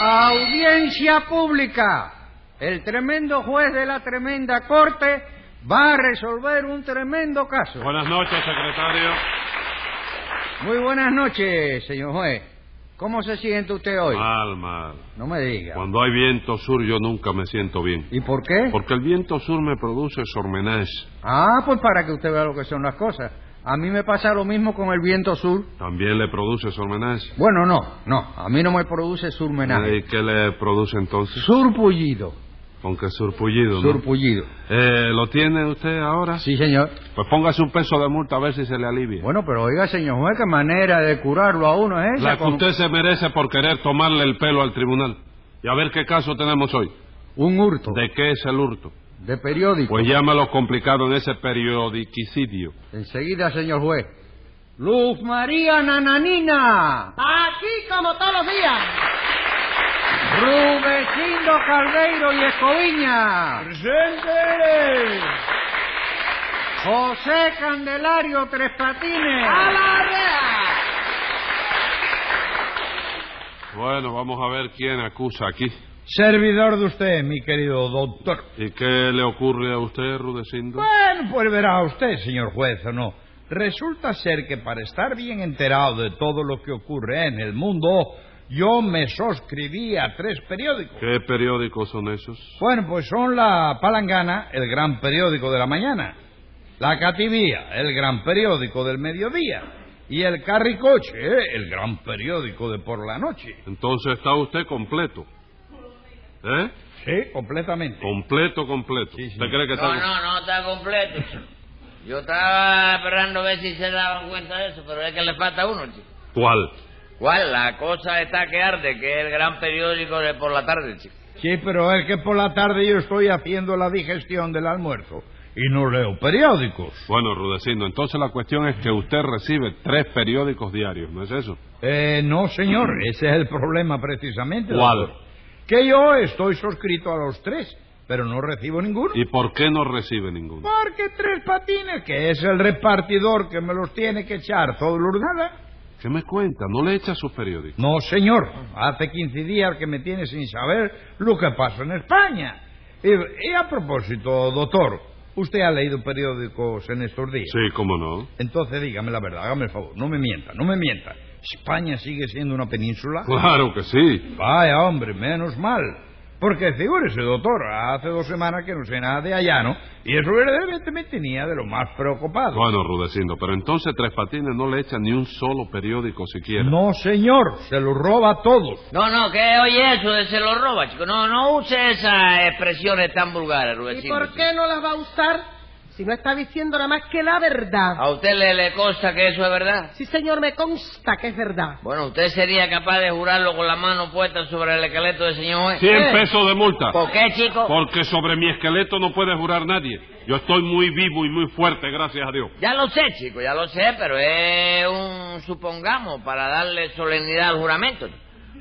Audiencia pública. El tremendo juez de la tremenda corte va a resolver un tremendo caso. Buenas noches, secretario. Muy buenas noches, señor juez. ¿Cómo se siente usted hoy? Mal, mal. No me diga. Cuando hay viento sur yo nunca me siento bien. ¿Y por qué? Porque el viento sur me produce sormenés. Ah, pues para que usted vea lo que son las cosas. A mí me pasa lo mismo con el viento sur. ¿También le produce sormenés? Bueno, no, no. A mí no me produce surmenaje. ¿Y qué le produce entonces? Surpullido. Con que surpullido, ¿no? Surpullido. Eh, ¿Lo tiene usted ahora? Sí, señor. Pues póngase un peso de multa a ver si se le alivia. Bueno, pero oiga, señor juez, qué manera de curarlo a uno es esa. La que con usted se merece por querer tomarle el pelo al tribunal. Y a ver qué caso tenemos hoy. Un hurto de, ¿De qué es el hurto? periódico. Pues llámalo complicado en ese periodicidio. Enseguida, señor juez. Luz María Nananina. Aquí como todos los días. Rubecindo Caldeiro y Escoviña. José Candelario Tres Patines. A la rea. Bueno, vamos a ver quién acusa aquí. Servidor de usted, mi querido doctor. ¿Y qué le ocurre a usted, Rudecindo? Bueno, pues verá usted, señor juez, o no. Resulta ser que para estar bien enterado de todo lo que ocurre en el mundo, yo me suscribí a tres periódicos. ¿Qué periódicos son esos? Bueno, pues son La Palangana, el gran periódico de la mañana, La Cativía, el gran periódico del mediodía, y El Carricoche, eh, el gran periódico de por la noche. Entonces está usted completo. ¿Eh? Sí, completamente. Completo, completo. Sí, sí. ¿Usted cree que está... No, no, no está completo, chico. Yo estaba esperando a ver si se daban cuenta de eso, pero es que le falta uno, chico. ¿Cuál? ¿Cuál? La cosa está que arde, que es el gran periódico de por la tarde, chico. Sí, pero es que por la tarde yo estoy haciendo la digestión del almuerzo y no leo periódicos. Bueno, Rudecindo, entonces la cuestión es que usted recibe tres periódicos diarios, ¿no es eso? Eh, no, señor, ese es el problema precisamente. ¿Cuál? doctor. Que yo estoy suscrito a los tres, pero no recibo ninguno. ¿Y por qué no recibe ninguno? Porque Tres Patines, que es el repartidor que me los tiene que echar todo lo nada. ¿Qué me cuenta? ¿No le echa sus periódicos? No, señor, hace 15 días que me tiene sin saber lo que pasa en España. Y, y a propósito, doctor, ¿usted ha leído periódicos en estos días? Sí, cómo no. Entonces dígame la verdad, hágame el favor, no me mienta, no me mienta. ¿España sigue siendo una Pues península? Claro que sí. Vaya, hombre, menos mal. Porque figúrese, doctor, hace dos semanas que no sé nada de allá, ¿no? Y eso verdaderamente me tenía de lo más preocupado. Bueno, Rudecindo, pero entonces Tres Patines no le echa ni un solo periódico siquiera. No, señor, se lo roba a todos. No, no, que oye eso, de se lo roba, chico. No, no use esas expresiones tan vulgares, ¿Y Rudecindo. por chico. qué no las va a usar si no está diciendo nada más que la Ah. verdad? ¿A usted le, le consta que eso es verdad? Sí, señor, me consta que es verdad. Bueno, ¿usted sería capaz de jurarlo con la mano puesta sobre el esqueleto del señor juez? ¡Cien pesos de multa! ¿Por qué, chico? Porque sobre mi esqueleto no puede jurar nadie. Yo estoy muy vivo y muy fuerte, gracias a Dios. Ya lo sé, chico, ya lo sé, pero es un supongamos para darle solemnidad al juramento.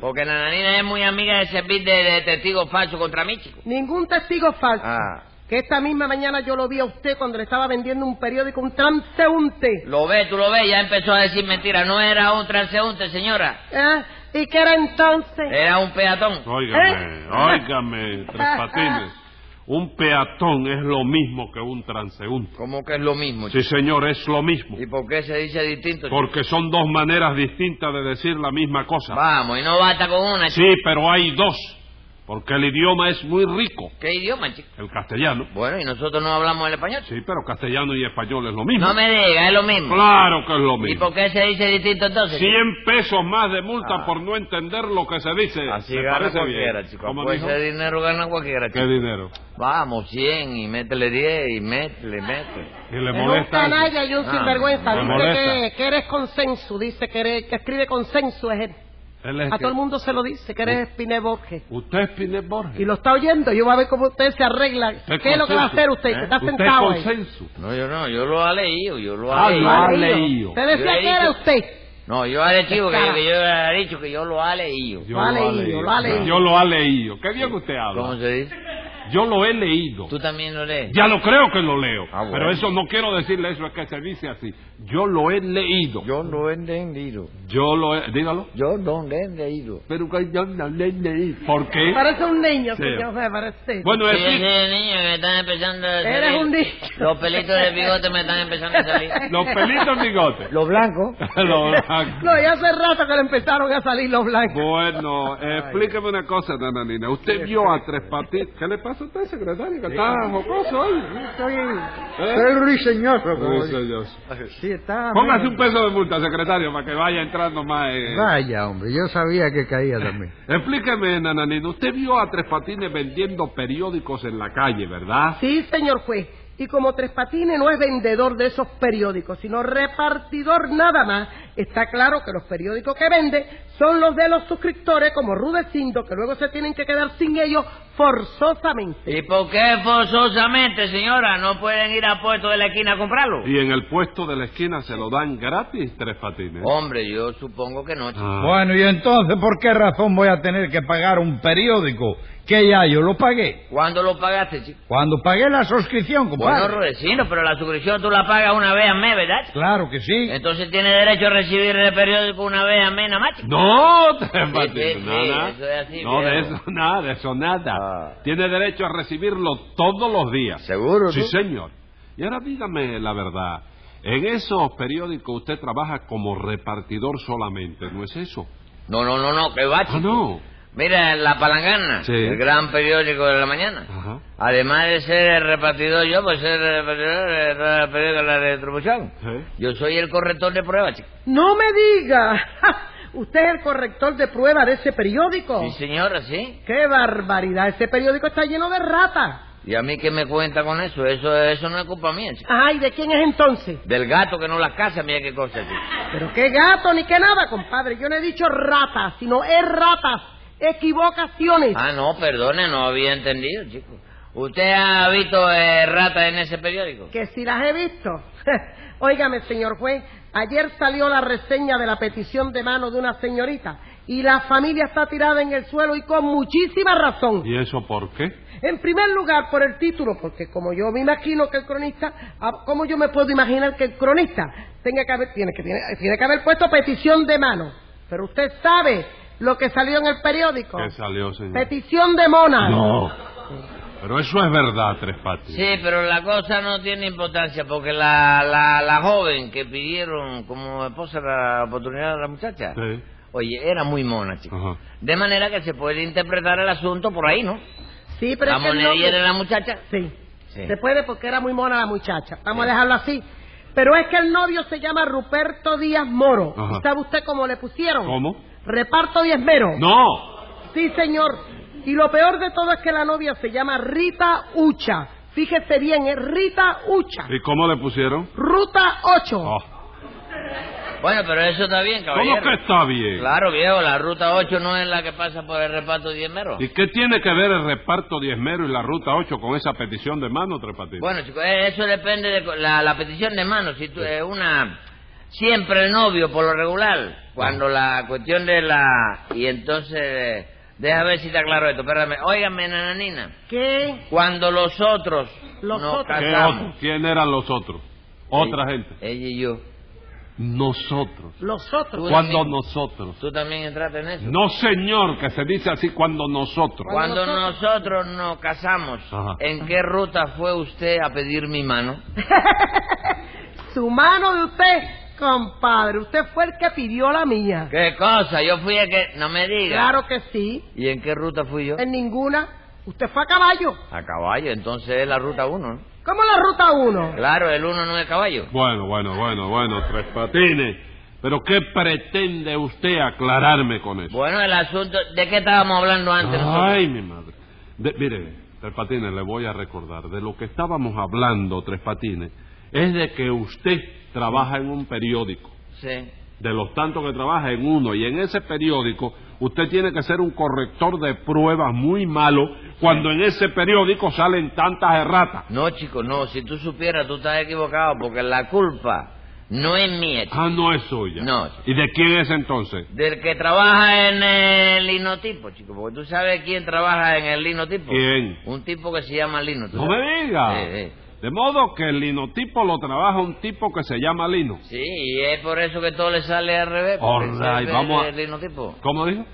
Porque Nananina es muy amiga de servir de, de testigo falso contra mí, chico. Ningún testigo falso. Ah. Que esta misma mañana yo lo vi a usted cuando le estaba vendiendo un periódico a un transeúnte. Lo ve, tú lo ves, ya empezó a decir mentira. No era un transeúnte, señora. ¿Eh? ¿Y qué era entonces? Eh, Era un peatón. Óigame, ¿Eh? óigame, Tres Patines. Un peatón es lo mismo que un transeúnte. ¿Cómo que es lo mismo, Sí, chico? señor, es lo mismo. ¿Y por qué se dice distinto, chico? Porque son dos maneras distintas de decir la misma cosa. Vamos, y no basta con una, chico. Sí, pero hay dos. Porque el idioma es muy rico. ¿Qué idioma, chico? El castellano. Bueno, y nosotros no hablamos el español, chico. Sí, pero castellano y español es lo mismo. No me diga, es lo mismo. Claro que es lo ¿Y mismo. por qué se dice distinto entonces? chico? 100 pesos más de multa Ah. por no entender lo que se dice. Así ¿Me gana parece cualquiera, bien? chico. ¿Cómo Por dijo? ese dinero gana cualquiera, ¿Qué chico. dinero? Vamos, 100 y métele 10 y métele, métele. ¿Y le Es un molesta? algo? canalla y un Ah, sinvergüenza. me Dice molesta. que, que eres consenso. Dice que, eres- que escribe consenso es él. Él es A que- todo el mundo se lo dice que eres Piné Borges. ¿Usted es Pinel Borges? Y lo está oyendo. Yo voy a ver cómo usted se arregla. Usted ¿Qué es lo que va a consenso, hacer usted? ¿eh? Que está Usted sentado ahí. consenso. No, yo no, yo lo ha leído, yo lo ha Ah, leído. lo ha Yo leío. Usted decía Yo he que era dicho- usted. No, yo ha dicho que, Cara. que yo ha dicho que yo lo ha leído. Yo Lo lo ha ha leído, leído. lo ha leído. Yo lo ha leído. Qué bien que usted ¿Cómo habla. se dice? Yo lo he leído. Tú también lo lees. Ya lo creo que lo leo. Ah, bueno. Pero eso no quiero decirle eso, es que se dice así. Yo lo he leído. Yo no he leído. Yo lo he... Dígalo. Yo no he leído. Pero que yo no lo he leído. ¿Por qué? Parece un niño, Sí. señor, me parece. Bueno, Sí, es ese es el niño que están empezando a Eres salir. un niño. Los pelitos del bigote me están empezando a salir. los pelitos bigotes. Lo blanco. Los blancos. No, ya hace rato que le empezaron a salir los blancos. Bueno, explíqueme una cosa, Nananina. Usted vio a Tres Patines. ¿Qué le pasa a usted, secretario? Que está jocoso hoy. Estoy, ¿Eh? estoy ruiseñoso. como Sí, dice. señor. Sí, está. Póngase mira. un peso de multa, secretario, para que vaya entrando más. eh. Vaya, hombre, yo sabía que caía también. Explíqueme, Nananina. Usted vio a Tres Patines vendiendo periódicos en la calle, ¿verdad? Sí, señor juez. Y como Tres Patines no es vendedor de esos periódicos, sino repartidor nada más, está claro que los periódicos que vende son los de los suscriptores como Rudecindo, que luego se tienen que quedar sin ellos forzosamente. ¿Y por qué forzosamente, señora? ¿No pueden ir a puesto de la esquina a comprarlo? Y en el puesto de la esquina se lo dan gratis Tres Patines. Oh, Hombre, yo supongo que no. chico. Ah. Bueno, y entonces, ¿por qué razón voy a tener que pagar un periódico que ya yo lo pagué? ¿Cuándo lo pagaste, chico? Cuando pagué la suscripción, Bueno, compadre. Rudecindo, pero la suscripción tú la pagas una vez al mes, ¿verdad? Claro que sí. Entonces tiene derecho a recibir el periódico una vez al mes, nada más, chico. No, te sí, Patines, sí, nada. eso es así, no, de viejo. eso nada, de eso nada. Ah. Tiene derecho a recibirlo todos los días. ¿Seguro? Sí, tú? señor. Y ahora dígame la verdad. En esos periódicos usted trabaja como repartidor solamente, ¿no es eso? No, no, no, no, que va, Ah, chico. no. Mira, La Palangana, Sí. Ah. el gran periódico de la mañana. Ajá. Además de ser el repartidor yo, pues ser el repartidor eh, del periódico de la retribución. Sí. Yo soy el corrector de pruebas, chico. No me diga. ¡Ja! Usted es el corrector de prueba de ese Oh. periódico. Sí, señora, sí. ¡Qué barbaridad! Ese periódico está lleno de ratas. ¿Y a mí qué me cuenta con eso? Eso eso no es culpa mía, chico. Ay, ¿de quién es entonces? Del gato que no las casa, mira qué cosa, chico. Pero qué gato ni qué nada, compadre. Yo no he dicho ratas, sino erratas, equivocaciones. Ah, no, perdone, no había entendido, chico. ¿Usted ha visto eh, ratas en ese periódico? Que si las he visto. Óigame, señor juez, ayer salió la reseña de la petición de mano de una señorita y la familia está tirada en el suelo y con muchísima razón. ¿Y eso por qué? En primer lugar, por el título, porque como yo me imagino que el cronista, ah, ¿cómo yo me puedo imaginar que el cronista tenga que haber, tiene que, tiene, tiene que haber puesto petición de mano? Pero usted sabe lo que salió en el periódico. ¿Qué salió, señor? Petición de mona. No. Pero eso es verdad, Tres Patines. Sí, pero la cosa no tiene importancia porque la, la, la joven que pidieron como esposa la oportunidad de la muchacha, Sí. Ah. oye, era muy mona, chico. ¿Eh? Ajá. De manera que se puede interpretar el asunto por ahí, ¿no? Sí, pero La es que el monería nombre- de la muchacha. Sí. Sí. Se puede porque era muy mona la muchacha. Vamos a dejarlo así. Pero es que el novio se llama Ruperto Díaz Moro. Ajá. ¿Y ¿Sabe usted cómo le pusieron? ¿Cómo? Reparto diezmero. No. Sí, señor. Y lo peor de todo es que la novia se llama Rita Ucha. Fíjese bien, es Rita Ucha. ¿Y cómo le pusieron? Ruta 8. Oh. Bueno, pero eso está bien, caballero. ¿Cómo que está bien? Claro, viejo, la ruta 8 no es la que pasa por el reparto diezmero. ¿Y qué tiene que ver el reparto diezmero y la ruta 8 con esa petición de mano, Tres Patines? Bueno, chico, eh, eso depende de co- la, la petición de mano. Si tú, eh, una siempre el novio por lo regular, cuando la cuestión de la y entonces eh, deja ver si está claro esto. Espérame, óigame, nananina, ¿Qué? cuando los otros Los nos otros. ¿Qué casamos, otro? ¿Quién eran los otros? Otra gente. ella y yo, Nosotros. Los otros. Tú Cuando también. nosotros. tú también entraste en eso. No, señor, que se dice así cuando nosotros. Cuando nosotros nos casamos, Ajá. ¿en qué ruta fue usted a pedir mi mano? Su mano de usted, compadre. Usted fue el que pidió la mía. ¿Qué cosa? Yo fui el que... No me diga. Claro que sí. ¿Y en qué ruta fui yo? En ninguna. Usted fue a caballo. A caballo, entonces es la ruta 1, ¿no? ¿Cómo la ruta 1? Claro, el uno no es caballo. Bueno, bueno, bueno, bueno, tres patines. Pero ¿qué pretende usted aclararme con eso? Bueno, el asunto... ¿De qué estábamos hablando antes nosotros? Ay, mi madre. De- mire, Tres Patines, le voy a recordar. De lo que estábamos hablando, Tres Patines, es de que usted trabaja en un periódico. Sí. De los tantos que trabaja en uno. Y en ese periódico, usted tiene que ser un corrector de pruebas muy malo cuando en ese periódico salen tantas erratas. No, chico, no. Si tú supieras, tú estás equivocado, porque la culpa no es mía, chico. Ah, no es suya. No, chico. ¿Y de quién es entonces? Del que trabaja en el linotipo, chico. Porque tú sabes quién trabaja en el linotipo. ¿Quién? Un tipo que se llama Lino. ¿tú No sabes? me diga. Sí, sí. De modo que el linotipo lo trabaja un tipo que se llama Lino. Sí, y es por eso que todo le sale al revés. porque All sabe right, vamos a- El linotipo. ¿Cómo dijo?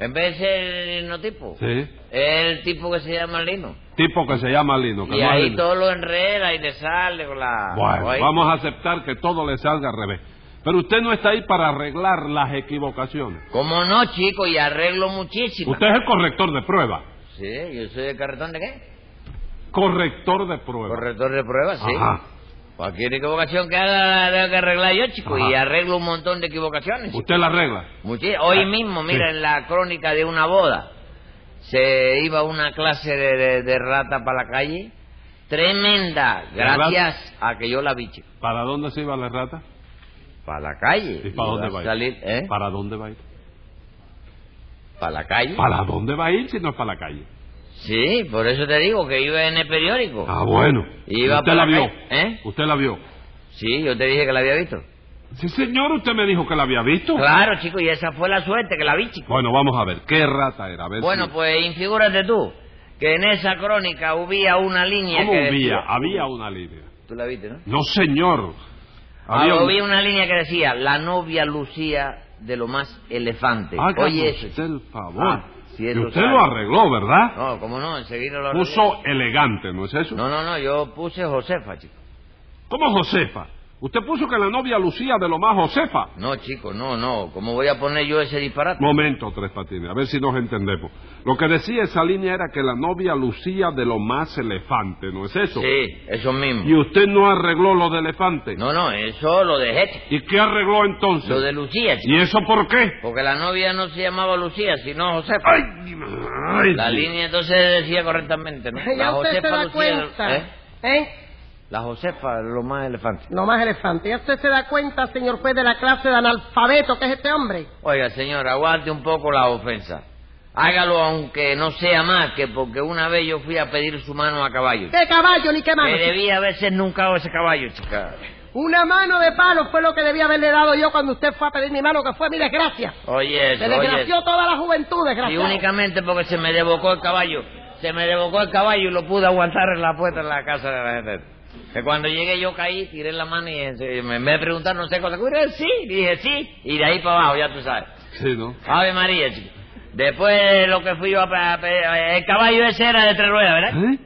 En vez de ser el linotipo, Sí. es el tipo que se llama Lino. Tipo que se llama Lino. Que y no es ahí Lino. todo lo enreda y le sale con la... Bueno, ahí- vamos a aceptar que todo le salga al revés. Pero usted no está ahí para arreglar las equivocaciones. ¿Cómo no, chico? Y arreglo muchísimo. Usted es el corrector de prueba. Sí, yo soy el carretón de qué? Corrector de prueba. Corrector de pruebas, sí. Ajá. Cualquier equivocación que haga la tengo que arreglar yo, chico, Ajá. y arreglo un montón de equivocaciones. Usted Ah, la arregla. Muchi- Hoy mismo, mira, en la crónica de una boda, se iba una clase de, de- de rata para la calle. Tremenda, ¿De gracias a que yo la vi, chico. ¿Para dónde se iba la rata? Para la calle. ¿Y para Iba dónde a va a ir? salir, ¿eh? ¿Para dónde va a ir? Para la calle. ¿Para dónde va a ir si no es para la calle? Sí, por eso te digo que iba en el periódico. Ah, bueno. Oh. Iba ¿Usted la para la vio? calle, ¿eh? ¿Usted la vio? Sí, yo te dije que la había visto. Sí, señor, usted me dijo que la había visto. Claro, chico, y esa fue la suerte que la vi, chico. Bueno, vamos a ver. ¿Qué rata era? A ver Bueno, si- pues infigúrate tú que en esa crónica había una línea ¿Cómo Ah. que un día? decía... Había una línea. Tú la viste, ¿no? Ah, No, señor. Había, un- una línea que decía, la novia lucía de lo más elefante. Hágame Oye, eso. usted Ah, el favor. Ah, sí, y eso usted sabe. lo arregló, ¿verdad? No, cómo no, enseguida lo arreglé. Puso elegante, ¿no es eso? No, no, no, yo puse Josefa, chico. ¿Cómo Josefa? Usted puso que la novia lucía de lo más Josefa. No, chico, no, no. ¿Cómo voy a poner yo ese disparate? Momento, Tres Patines, a ver si nos entendemos. Lo que decía esa línea era que la novia lucía de lo más elefante, ¿no es eso? Sí, eso Y mismo. usted no arregló lo de elefante. No, no, eso lo dejé, chico. ¿Y qué arregló entonces? Lo de Lucía, chico. ¿Y eso por qué? Porque la novia no se llamaba Lucía, sino Josefa. ¡Ay! ay, La Dios. línea entonces decía correctamente, ¿no? Eh, La Ya usted se Josefa da Lucía, cuenta. ¿eh? ¿eh? La Josefa, lo más elefante. No más elefante. Ya usted se da cuenta, señor juez, de la clase de analfabeto que es este hombre. Oiga, señor, aguante un poco la ofensa. Hágalo aunque no sea más que porque una vez yo fui a pedir su mano a caballo. ¿Qué caballo ni qué mano? Que debía haberse nunca dado ese caballo, chica. Una mano de palo fue lo que debía haberle dado yo cuando usted fue a pedir mi mano, que fue mi desgracia. Oye, eso, Se oye. desgració eso. toda la juventud, Y desgraciado. únicamente porque se me debocó el caballo. Se me debocó el caballo y lo pude aguantar en la puerta de la casa de la gente. Que cuando llegué yo caí, tiré la mano y eh, me, me preguntaron, no sé cosa. Sí, dije sí. Y de ahí para abajo, ya tú sabes. Sí, ¿no? Ave María, chico. Después de lo que fui yo a, pe- a pe- El caballo ese era de tres ruedas, ¿verdad? ¿Eh?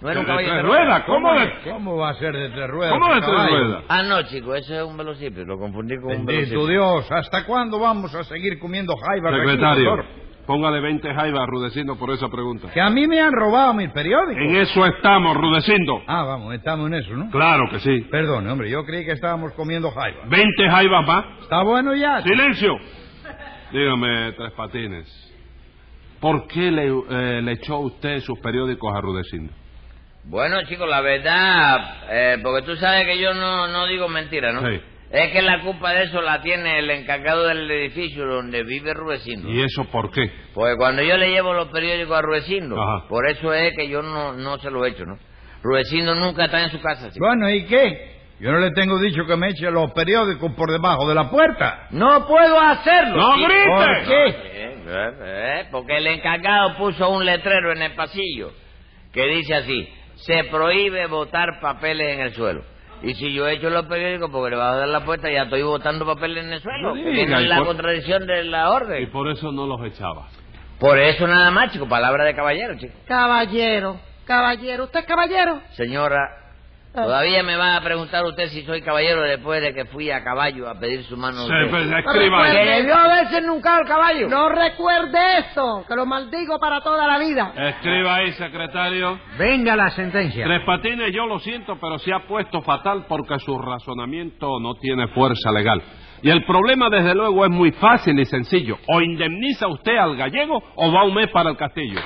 No era un ¿De caballo tres ruedas? ¿Cómo de, ¿Cómo va a ser de tres ruedas? cómo de tres caballo? ruedas? Ah, no, chico, eso es un velocípedo. Lo confundí con un Bendito velocípedo. Dios, ¿hasta cuándo vamos a seguir comiendo jaibas aquí, Secretario, doctor? póngale 20 jaivas a Rudecindo por esa pregunta. Que a mí me han robado mis periódicos. En eso estamos, Rudecindo. Ah, vamos, estamos en eso, ¿no? Claro que sí. Perdón, hombre, yo creí que estábamos comiendo jaibas. 20 jaivas más. Está bueno ya. ¡Silencio! Dígame, Tres Patines, ¿por qué le, eh, le echó usted sus periódicos a Rudecindo? Bueno, chico, la verdad, eh, porque tú sabes que yo no, no digo mentira, ¿no? Sí. Es que la culpa de eso la tiene el encargado del edificio donde vive Rudecindo. ¿Y eso por qué? Porque cuando yo le llevo los periódicos a Rudecindo, Ajá. por eso es que yo no, no se los echo, ¿no? Rudecindo nunca está en su casa, chico. Bueno, ¿y qué? Yo no le tengo dicho que me eche los periódicos por debajo de la puerta. ¡No puedo hacerlo! ¡No chico. grite! ¿Por qué? Eh, eh, eh, porque el encargado puso un letrero en el pasillo que dice así, se prohíbe botar papeles en el suelo. Y si yo echo los periódicos porque le va a dar la puerta, ya estoy botando papeles en el suelo. No diga, Viene ¿y la por- contradicción de la Y orden. por eso no los echaba. Por eso nada más, chico, palabra de caballero, chico. Caballero, caballero, ¿usted es caballero? Señora, Ah. todavía me va a preguntar usted si soy caballero después de que fui a caballo a pedir su mano. a Se, usted. pues, No escriba Que recuerde. ahí. debió haberse nunca el caballo. No recuerde eso, que lo maldigo para toda la vida. Escriba ahí, secretario. Venga la sentencia. Tres Patines, yo lo siento, pero se ha puesto fatal porque su razonamiento no tiene fuerza legal. Y el problema, desde luego, es muy fácil y sencillo. O indemniza usted al gallego o va un mes para el castillo.